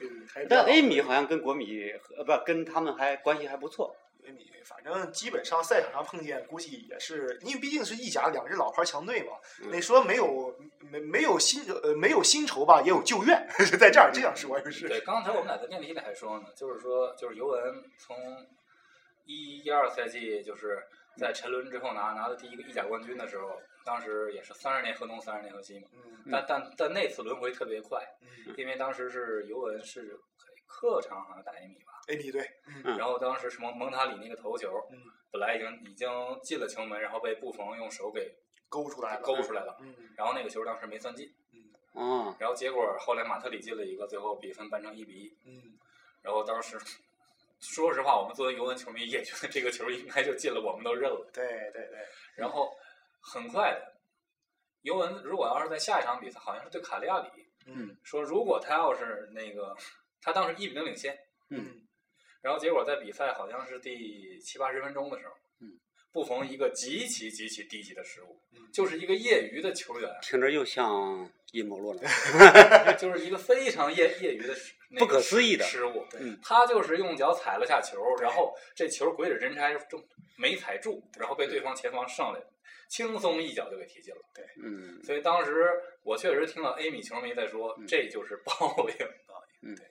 [SPEAKER 2] 嗯还是比较
[SPEAKER 1] 但
[SPEAKER 2] 好
[SPEAKER 1] A 米好像跟国米呃不跟他们还关系还不错，
[SPEAKER 2] 因为你反正基本上赛场上碰见，估计也是因为毕竟是意甲两支老牌强队嘛。
[SPEAKER 1] 嗯
[SPEAKER 2] 你说没有没没有新呃没有新仇吧，也有旧怨，是在这儿这样说就是。
[SPEAKER 3] 对，刚才我们俩在电梯里还说呢，就是说，就是尤文从一一二赛季，就是在沉沦之后拿拿的第一个意甲冠军的时候，当时也是三十年河东，三十年河西嘛。
[SPEAKER 2] 嗯
[SPEAKER 3] 但但但那次轮回特别快，
[SPEAKER 2] 嗯
[SPEAKER 3] 因为当时是尤文是客场好像打一米吧，
[SPEAKER 2] ，A B 对，嗯
[SPEAKER 1] 嗯
[SPEAKER 3] 然后当时什么蒙塔里那个头球
[SPEAKER 2] 嗯，
[SPEAKER 3] 本来已经已经进了球门，然后被布冯用手给
[SPEAKER 2] 勾出来了，
[SPEAKER 3] 勾出来了，
[SPEAKER 2] 嗯，
[SPEAKER 3] 然后那个球当时没算进，
[SPEAKER 1] 嗯，
[SPEAKER 3] 然后结果后来马特里进了一个，最后比分扳成一比一。
[SPEAKER 2] 嗯
[SPEAKER 3] 然后当时，说实话，我们作为尤文球迷也觉得这个球应该就进了，我们都认了。
[SPEAKER 2] 对对对，
[SPEAKER 3] 然后很快的，尤文如果要是在下一场比赛，好像是对卡利亚里，
[SPEAKER 2] 嗯
[SPEAKER 3] 说如果他要是那个，他当时一比零领先，
[SPEAKER 2] 嗯
[SPEAKER 3] 然后结果在比赛好像是第七八十分钟的时候，
[SPEAKER 1] 嗯，，
[SPEAKER 3] 布冯一个极其极其低级的失误
[SPEAKER 2] 嗯，
[SPEAKER 3] 就是一个业余的球员
[SPEAKER 1] 听着又像阴谋论了。
[SPEAKER 3] (laughs) 就是一个非常业业余的失那
[SPEAKER 1] 不
[SPEAKER 3] 个
[SPEAKER 1] 可思议的
[SPEAKER 3] 失误，
[SPEAKER 2] 对
[SPEAKER 1] 嗯
[SPEAKER 3] 他就是用脚踩了下球，然后这球鬼使神差中没踩住，然后被对方前锋上来，轻松一脚就给踢进了。
[SPEAKER 1] 嗯，
[SPEAKER 3] 所以当时我确实听到 A 米球迷在说，
[SPEAKER 1] 嗯
[SPEAKER 3] 这就是报应。啊
[SPEAKER 1] (laughs)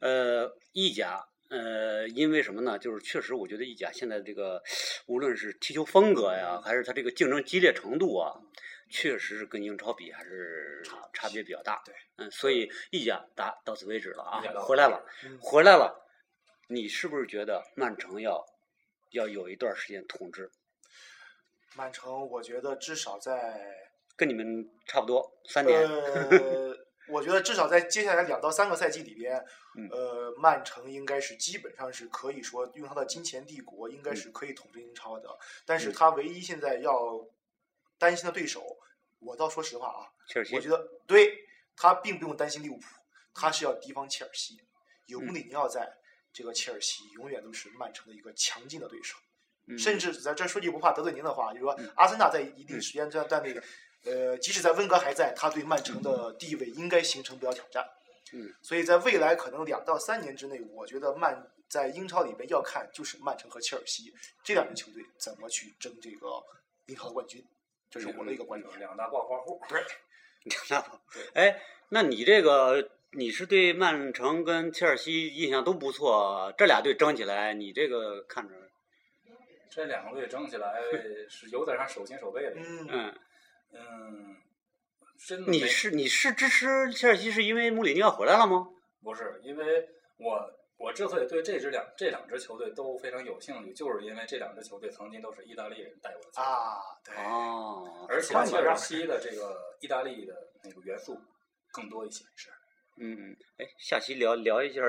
[SPEAKER 1] 呃，意甲，呃，因为什么呢？就是确实，我觉得意甲现在这个，无论是踢球风格呀，还是它这个竞争激烈程度啊，确实是跟英超比还是差别比较大。
[SPEAKER 2] 对，
[SPEAKER 1] 嗯，所以意甲打到此为止了啊
[SPEAKER 3] 意甲到，此
[SPEAKER 1] 回来了
[SPEAKER 2] 嗯，
[SPEAKER 1] 回来了，你是不是觉得曼城要要有一段时间统治？
[SPEAKER 2] 曼城我觉得至少在
[SPEAKER 1] 跟你们差不多，三年。
[SPEAKER 2] 呃， (laughs) 我觉得至少在接下来两到三个赛季里边
[SPEAKER 1] 嗯，
[SPEAKER 2] 呃，曼城应该是基本上是可以说用他的金钱帝国，应该是可以统治英超的。但是他唯一现在要担心的对手，我倒说实话啊，
[SPEAKER 1] 切尔西
[SPEAKER 2] 我觉得对他并不用担心利物浦，他是要提防切尔西，有穆里尼奥在，这个切尔西永远都是曼城的一个强劲的对手。
[SPEAKER 1] 嗯
[SPEAKER 2] 甚至在这说句不怕得罪您的话，就说阿森纳在一定时间段段内，呃，即使在温格还在，他对曼城的地位应该形成不小挑战。
[SPEAKER 1] 嗯，
[SPEAKER 2] 所以在未来可能两到三年之内，我觉得曼在英超里边要看就是曼城和切尔西这两支球队怎么去争这个英超的冠军，这是我的一个观点。
[SPEAKER 3] 两大暴发户。
[SPEAKER 2] 对，
[SPEAKER 1] (laughs) 那哎，那你这个你是对曼城跟切尔西印象都不错，这俩队争起来，你这个看着，
[SPEAKER 3] 这两个队争起来是有点像手心手背的。
[SPEAKER 2] 嗯，
[SPEAKER 1] 嗯，
[SPEAKER 3] 嗯，真的没
[SPEAKER 1] 你是你是支持切尔西是因为穆里尼奥回来了吗？
[SPEAKER 3] 不是，因为我我之所以对这支两这两支球队都非常有兴趣，就是因为这两支球队曾经都是意大利人带过的球队，
[SPEAKER 2] 啊，对，
[SPEAKER 1] 哦，
[SPEAKER 3] 而且
[SPEAKER 2] 关
[SPEAKER 3] 切
[SPEAKER 2] 键
[SPEAKER 3] 尔
[SPEAKER 2] 是
[SPEAKER 3] 西的这个意大利的那个元素更多一些。是，
[SPEAKER 1] 嗯嗯，哎，下期聊聊一下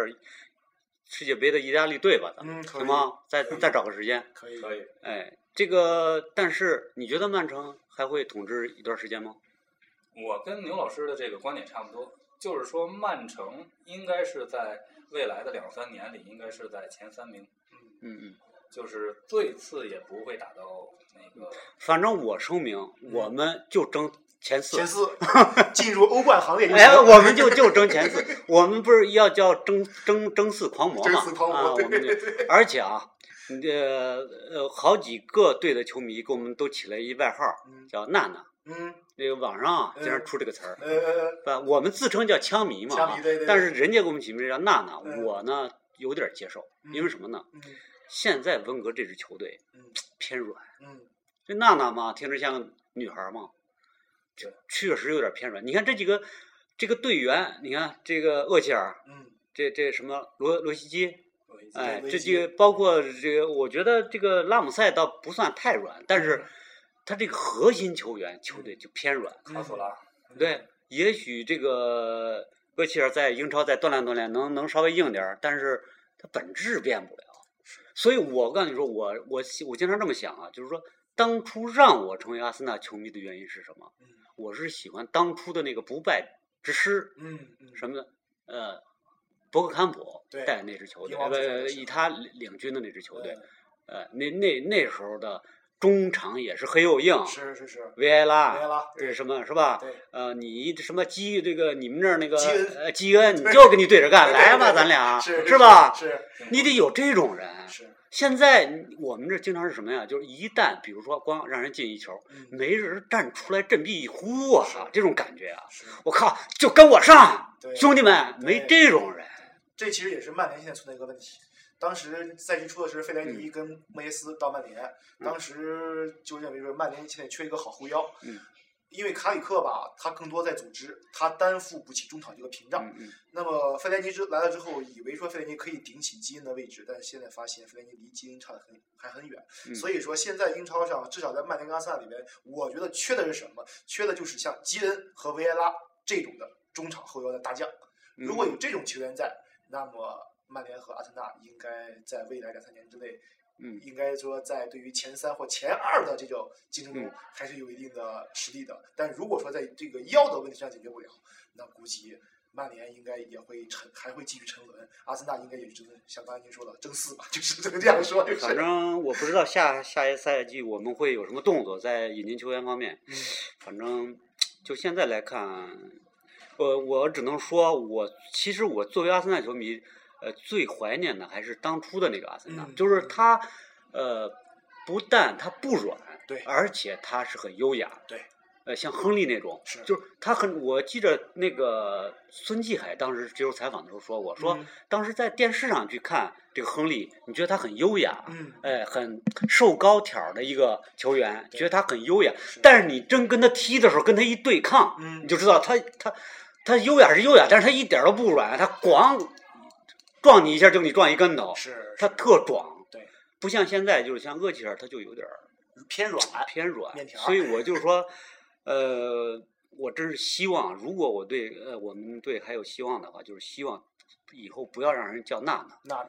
[SPEAKER 1] 世界杯的意大利队吧，咱们
[SPEAKER 2] 嗯，可
[SPEAKER 1] 行
[SPEAKER 2] 以，
[SPEAKER 1] 吗？再再找个时间，
[SPEAKER 2] 可以，
[SPEAKER 3] 可以，
[SPEAKER 1] 哎，这个但是你觉得曼城还会统治一段时间吗？
[SPEAKER 3] 我跟牛老师的这个观点差不多，就是说曼城应该是在未来的两三年里，应该是在前三名，
[SPEAKER 1] 嗯嗯。
[SPEAKER 3] 就是最次也不会打到那个。
[SPEAKER 1] 反正我声明，我们就争前四。
[SPEAKER 2] (laughs) 前四进入欧冠行列就
[SPEAKER 1] (laughs)
[SPEAKER 2] 行。
[SPEAKER 1] 哎，我们就就争前四，我们不是要叫争争争四狂魔嘛？
[SPEAKER 2] 争四狂魔
[SPEAKER 1] 啊，我
[SPEAKER 2] 对
[SPEAKER 1] 们就而且啊，呃呃，好几个队的球迷给我们都起了一外号儿
[SPEAKER 2] 嗯
[SPEAKER 1] 叫娜娜。
[SPEAKER 2] 嗯，
[SPEAKER 1] 这个网上啊，经常
[SPEAKER 2] 嗯
[SPEAKER 1] 出这个词儿。
[SPEAKER 2] 呃呃，呃
[SPEAKER 1] 不，我们自称叫枪迷嘛，
[SPEAKER 2] 枪迷
[SPEAKER 1] 啊
[SPEAKER 2] 对对对
[SPEAKER 1] 但是人家给我们起名叫娜娜，
[SPEAKER 2] 嗯
[SPEAKER 1] 我呢有点接受，因为什么呢？
[SPEAKER 2] 嗯
[SPEAKER 1] 现在温格这支球队
[SPEAKER 2] 嗯
[SPEAKER 1] 偏软，
[SPEAKER 2] 嗯，
[SPEAKER 1] 这娜娜嘛，听着像个女孩儿嘛，
[SPEAKER 3] 对
[SPEAKER 1] 确实有点偏软。你看这几个这个队员，你看这个厄齐尔，
[SPEAKER 2] 嗯
[SPEAKER 1] 这这什么罗罗西基，
[SPEAKER 3] 我已经
[SPEAKER 1] 哎，
[SPEAKER 2] 罗
[SPEAKER 1] 这
[SPEAKER 2] 西
[SPEAKER 1] 几
[SPEAKER 2] 基
[SPEAKER 1] 个包括这个，我觉得这个拉姆塞倒不算太软，但是他这个核心球员球队就偏软。
[SPEAKER 3] 卡索拉，
[SPEAKER 1] 对，也许这个 (laughs) 厄齐尔在英超再锻炼锻炼，能能稍微硬点儿，但是他本质变不了。所以我告诉你说，我我我经常这么想啊，就是说，当初让我成为阿森纳球迷的原因是什么？我是喜欢当初的那个不败之师，
[SPEAKER 2] 嗯嗯，
[SPEAKER 1] 什么呢？呃，博格坎普
[SPEAKER 2] 对
[SPEAKER 1] 带那支球
[SPEAKER 2] 英
[SPEAKER 1] 队，
[SPEAKER 2] 王足球
[SPEAKER 1] 呃，
[SPEAKER 2] 队是
[SPEAKER 1] 以他领领军的那支球队
[SPEAKER 2] 嗯，
[SPEAKER 1] 呃，那那那时候的中场也是黑又硬，
[SPEAKER 2] 是是是，
[SPEAKER 1] 维埃
[SPEAKER 2] 梅
[SPEAKER 1] 拉。
[SPEAKER 2] 拉，
[SPEAKER 1] 是什么是吧？
[SPEAKER 2] 对，
[SPEAKER 1] 呃，你什么基这个你们那儿那个
[SPEAKER 2] 基恩
[SPEAKER 1] 呃基恩，你
[SPEAKER 2] 对
[SPEAKER 1] 就跟你对着干，
[SPEAKER 2] 对对
[SPEAKER 1] 来吧，
[SPEAKER 2] 对对
[SPEAKER 1] 咱俩啊
[SPEAKER 2] 是
[SPEAKER 1] 是吧？
[SPEAKER 2] 是
[SPEAKER 1] 你得有这种人。
[SPEAKER 2] 是，
[SPEAKER 1] 现在我们这经常是什么呀？就是一旦比如说光让人进一球，
[SPEAKER 2] 嗯，
[SPEAKER 1] 没人站出来振臂一呼，我操，这种感觉啊！
[SPEAKER 2] 是，
[SPEAKER 1] 我靠，就跟我上，
[SPEAKER 2] 对，
[SPEAKER 1] 兄弟们，
[SPEAKER 2] 对
[SPEAKER 1] 没这种人。
[SPEAKER 2] 这其实也是曼联现在存在一个问题。当时赛季初的时候，费莱
[SPEAKER 1] 嗯
[SPEAKER 2] 尼跟莫耶斯到曼联，当时就认为说曼联现在缺一个好后腰。
[SPEAKER 1] 嗯
[SPEAKER 2] 因为卡里克吧，他更多在组织，他担负不起中场这个屏障。
[SPEAKER 1] 嗯嗯
[SPEAKER 2] 那么费莱尼之来了之后，以为说费莱尼可以顶起基恩的位置，但是现在发现费莱尼离基恩差的很还很远。
[SPEAKER 1] 嗯
[SPEAKER 2] 所以说，现在英超上至少在曼联跟阿森纳里边，我觉得缺的是什么？缺的就是像基恩和维埃拉这种的中场后腰的大将。
[SPEAKER 1] 嗯
[SPEAKER 2] 如果有这种球员在，那么曼联和阿森纳应该在未来两三年之内，
[SPEAKER 1] 嗯
[SPEAKER 2] 应该说在对于前三或前二的这种竞争中
[SPEAKER 1] 嗯
[SPEAKER 2] 还是有一定的实力的。但如果说在这个腰的问题上解决不了，那估计曼联应该也会沉，还会继续沉沦。阿森纳应该也是真的像刚才您说的争四吧， (laughs) 就是这个这样说，就是
[SPEAKER 1] 反正我不知道下下一赛季我们会有什么动作在引进球员方面。
[SPEAKER 2] 嗯
[SPEAKER 1] 反正就现在来看，我我只能说我，其实我作为阿森纳球迷，呃，最怀念的还是当初的那个阿森纳，
[SPEAKER 2] 嗯
[SPEAKER 1] 就是他，呃，不但他不软，
[SPEAKER 2] 对
[SPEAKER 1] 而且他是很优雅，
[SPEAKER 2] 对，
[SPEAKER 1] 呃，像亨利那种，
[SPEAKER 2] 是
[SPEAKER 1] 就是他很，我记着那个孙继海当时接受采访的时候说，我说、
[SPEAKER 2] 嗯
[SPEAKER 1] 当时在电视上去看这个亨利，你觉得他很优雅，
[SPEAKER 2] 嗯，
[SPEAKER 1] 哎，很瘦高挑儿的一个球员，
[SPEAKER 2] 对
[SPEAKER 1] 觉得他很优雅。
[SPEAKER 2] 是
[SPEAKER 1] 但是你真跟他踢的时候，跟他一对抗，
[SPEAKER 2] 嗯
[SPEAKER 1] 你就知道他他他优雅是优雅，但是他一点儿都不软，他咣撞你一下就给你撞一跟头，
[SPEAKER 2] 是
[SPEAKER 1] 他特壮。
[SPEAKER 2] 对，
[SPEAKER 1] 不像现在就是像厄齐尔，他就有点儿
[SPEAKER 2] 偏软，
[SPEAKER 1] 偏软
[SPEAKER 2] 哎面，条儿
[SPEAKER 1] 所以我就说，呃，我真是希望，如果我对呃我们队还有希望的话，就是希望以后不要让人叫娜娜。
[SPEAKER 2] 那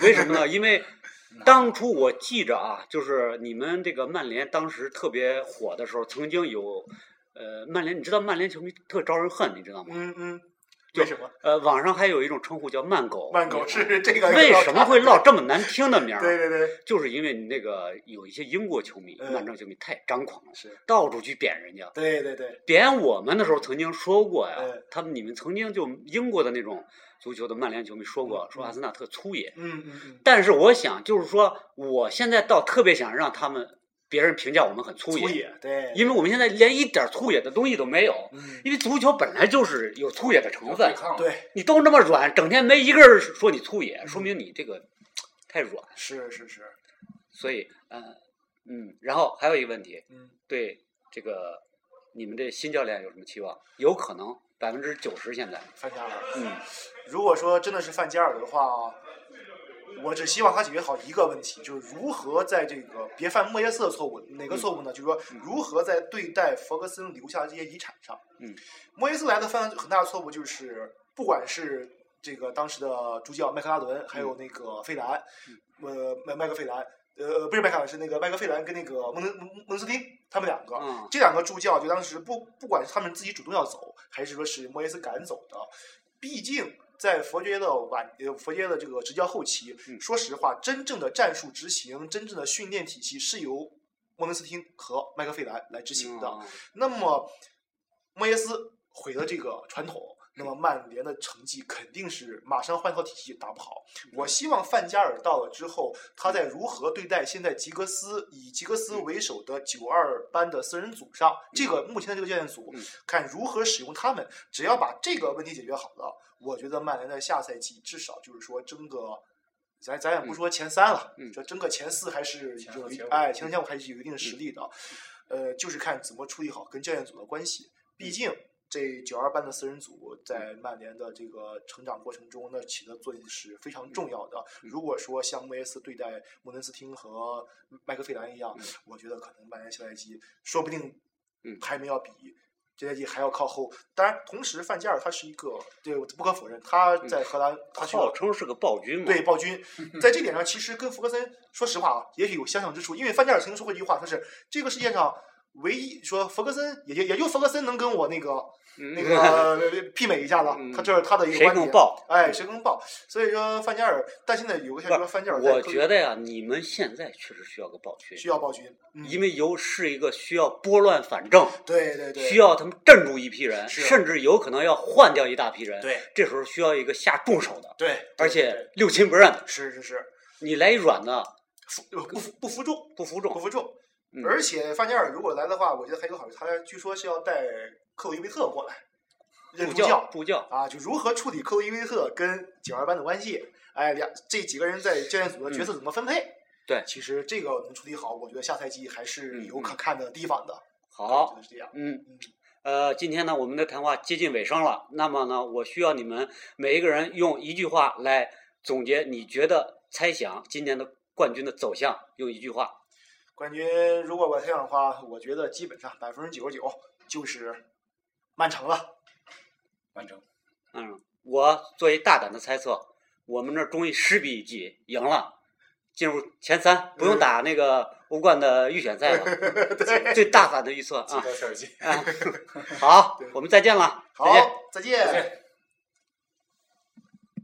[SPEAKER 1] (laughs) 为什么呢？因为当初我记着啊，就是你们这个曼联当时特别火的时候，曾经有，呃，曼联，你知道曼联球迷特招人恨，你知道吗？
[SPEAKER 2] 嗯嗯，
[SPEAKER 1] 就
[SPEAKER 2] 为什么
[SPEAKER 1] 呃，网上还有一种称呼叫“慢狗”，
[SPEAKER 2] 曼狗是这个？
[SPEAKER 1] 为什么会落这么难听的名
[SPEAKER 2] 对
[SPEAKER 1] 儿？
[SPEAKER 2] 对对，
[SPEAKER 1] 就是因为你那个有一些英国球迷、
[SPEAKER 2] 嗯
[SPEAKER 1] 曼城球迷太张狂了，
[SPEAKER 2] 是，
[SPEAKER 1] 到处去贬人家。
[SPEAKER 2] 对对对，
[SPEAKER 1] 贬我们的时候曾经说过呀
[SPEAKER 2] 嗯，
[SPEAKER 1] 他们你们曾经就英国的那种足球的曼联球迷说过
[SPEAKER 2] 嗯，
[SPEAKER 1] 说
[SPEAKER 2] 嗯
[SPEAKER 1] 阿森纳特粗野，
[SPEAKER 2] 嗯嗯嗯，
[SPEAKER 1] 但是我想，就是说，我现在倒特别想让他们别人评价我们很粗野，
[SPEAKER 2] 野，对，
[SPEAKER 1] 因为我们现在连一点粗野的东西都没有。
[SPEAKER 2] 嗯，
[SPEAKER 1] 因为足球本来就是有粗野的成分
[SPEAKER 3] 对，抗，
[SPEAKER 2] 对，
[SPEAKER 1] 你都那么软，整天没一个人说你粗
[SPEAKER 2] 嗯
[SPEAKER 1] 野，说明你这个太软。
[SPEAKER 2] 是是是，
[SPEAKER 1] 所以，呃，嗯，然后还有一个问题，
[SPEAKER 2] 嗯，
[SPEAKER 1] 对这个你们这新教练有什么期望？有可能百分之九十现在，
[SPEAKER 2] 范加尔，
[SPEAKER 1] 嗯，
[SPEAKER 2] 如果说真的是范加尔的话，我只希望他解决好一个问题，就是如何在这个别犯莫耶斯的错误。哪个错
[SPEAKER 1] 嗯
[SPEAKER 2] 误呢？就是说如何在对待弗格森留下的这些遗产上。
[SPEAKER 1] 嗯，
[SPEAKER 2] 莫耶斯来的犯了很大的错误就是，不管是这个当时的主教麦克拉伦，还有那个费兰，
[SPEAKER 1] 嗯
[SPEAKER 2] 呃，麦麦克费兰。呃，不是麦克，是那个麦克费兰跟那个蒙蒙蒙斯丁，他们两个，
[SPEAKER 1] 嗯
[SPEAKER 2] 这两个助教就当时不不管是他们自己主动要走，还是说是莫耶斯赶走的，毕竟在佛爵的晚呃佛爵的这个执教后期，
[SPEAKER 1] 嗯
[SPEAKER 2] 说实话，真正的战术执行、真正的训练体系是由莫恩斯汀和麦克费兰来执行的。
[SPEAKER 1] 嗯
[SPEAKER 2] 那么莫耶斯毁了这个传统，那么曼联的成绩肯定是马上换套体系打不好。我希望范加尔到了之后，他在如何对待现在吉格斯以吉格斯
[SPEAKER 3] 嗯
[SPEAKER 2] 为首的九二班的四人组上，这个目前的这个教练组
[SPEAKER 1] 嗯，
[SPEAKER 2] 看如何使用他们。只要把这个问题解决好了，我觉得曼联在下赛季至少就是说争个。咱咱也不说前三了，
[SPEAKER 1] 嗯
[SPEAKER 2] 就争个前四还是
[SPEAKER 3] 前
[SPEAKER 2] 有
[SPEAKER 3] 四
[SPEAKER 2] 一
[SPEAKER 3] 前五嗯
[SPEAKER 2] 哎前三前五还是有一定的实力的。呃，就是看怎么处理好跟教练组的关系。毕竟这九二班的四人组在曼联的这个成长过程中，那起的作用是非常重要的。
[SPEAKER 1] 嗯
[SPEAKER 2] 如果说像莫耶斯对待穆伦斯汀和麦克费兰一样
[SPEAKER 1] 嗯，
[SPEAKER 2] 我觉得可能曼联下赛季说不定
[SPEAKER 1] 嗯
[SPEAKER 2] 排名要比。这赛季还要靠后，当然，同时范加尔他是一个，对，我不可否认，他
[SPEAKER 1] 嗯
[SPEAKER 2] 在荷兰，他去了
[SPEAKER 1] 号称是个暴君嘛，
[SPEAKER 2] (laughs) 对
[SPEAKER 1] (laughs)
[SPEAKER 2] 暴君，在这点上其实跟福格森，说实话啊，也许有相像之处，因为范加尔曾经说过一句话，他是这个世界上唯一说弗格森也就也就弗格森能跟我那个
[SPEAKER 1] 那
[SPEAKER 2] 那
[SPEAKER 1] (laughs)
[SPEAKER 2] 个呃媲美一下了，
[SPEAKER 1] 嗯
[SPEAKER 2] 他这是他的一个
[SPEAKER 1] 谁
[SPEAKER 2] 观
[SPEAKER 1] 更
[SPEAKER 2] 点。
[SPEAKER 1] 爆？
[SPEAKER 2] 哎，谁更爆？所以说范加尔，但现在有个消息说范加尔在
[SPEAKER 1] 我
[SPEAKER 2] 各
[SPEAKER 1] 觉得呀，你们现在确实需要个暴君，
[SPEAKER 2] 需要暴君，嗯，
[SPEAKER 1] 因为尤是一个需要拨乱反正，
[SPEAKER 2] 对对对，
[SPEAKER 1] 需要他们镇住一批人，
[SPEAKER 2] 是
[SPEAKER 1] 甚至有可能要换掉一大批人。
[SPEAKER 2] 对
[SPEAKER 1] 这时候需要一个下重手的，
[SPEAKER 2] 对，
[SPEAKER 1] 而
[SPEAKER 2] 对
[SPEAKER 1] 且六亲不认的。
[SPEAKER 2] 是是是，
[SPEAKER 1] 你来一软的，
[SPEAKER 2] 服不服不服众，
[SPEAKER 1] 不服
[SPEAKER 2] 不
[SPEAKER 1] 众。
[SPEAKER 2] 服众。
[SPEAKER 1] 嗯
[SPEAKER 2] 而且范加尔如果来的话，我觉得还有个好处，他据说是要带克洛伊维特过来任
[SPEAKER 1] 助
[SPEAKER 2] 助
[SPEAKER 1] 教
[SPEAKER 2] 教，
[SPEAKER 1] 助教，
[SPEAKER 2] 啊，就如何处理克洛伊维特跟九二班的关系，哎，两这几个人在教练组的角色怎么分配？
[SPEAKER 1] 嗯对
[SPEAKER 2] 其实这个能处理好，我觉得下赛季还是
[SPEAKER 1] 嗯
[SPEAKER 2] 有可看的地方的。
[SPEAKER 1] 好，
[SPEAKER 2] 就是这样。
[SPEAKER 1] 嗯
[SPEAKER 2] 嗯，
[SPEAKER 1] 呃，今天呢，我们的谈话接近尾声了。那么呢，我需要你们每一个人用一句话来总结，你觉得猜想今年的冠军的走向，用一句话。
[SPEAKER 2] 冠军，如果我猜想的话，我觉得基本上百分之九十九就是曼城了。 (laughs)
[SPEAKER 3] 曼城
[SPEAKER 1] 嗯，我作为大胆的猜测，我们这儿终于十比几赢了，进入前三，不用打那个欧冠的预选赛了。
[SPEAKER 2] 嗯 (laughs) 对，
[SPEAKER 1] 最
[SPEAKER 2] (laughs)
[SPEAKER 1] 大胆的预测
[SPEAKER 3] 记
[SPEAKER 1] 啊！
[SPEAKER 3] 得手机。
[SPEAKER 1] 啊好，我们再见了，
[SPEAKER 2] 好
[SPEAKER 1] 再见。，
[SPEAKER 2] 再见
[SPEAKER 3] 再见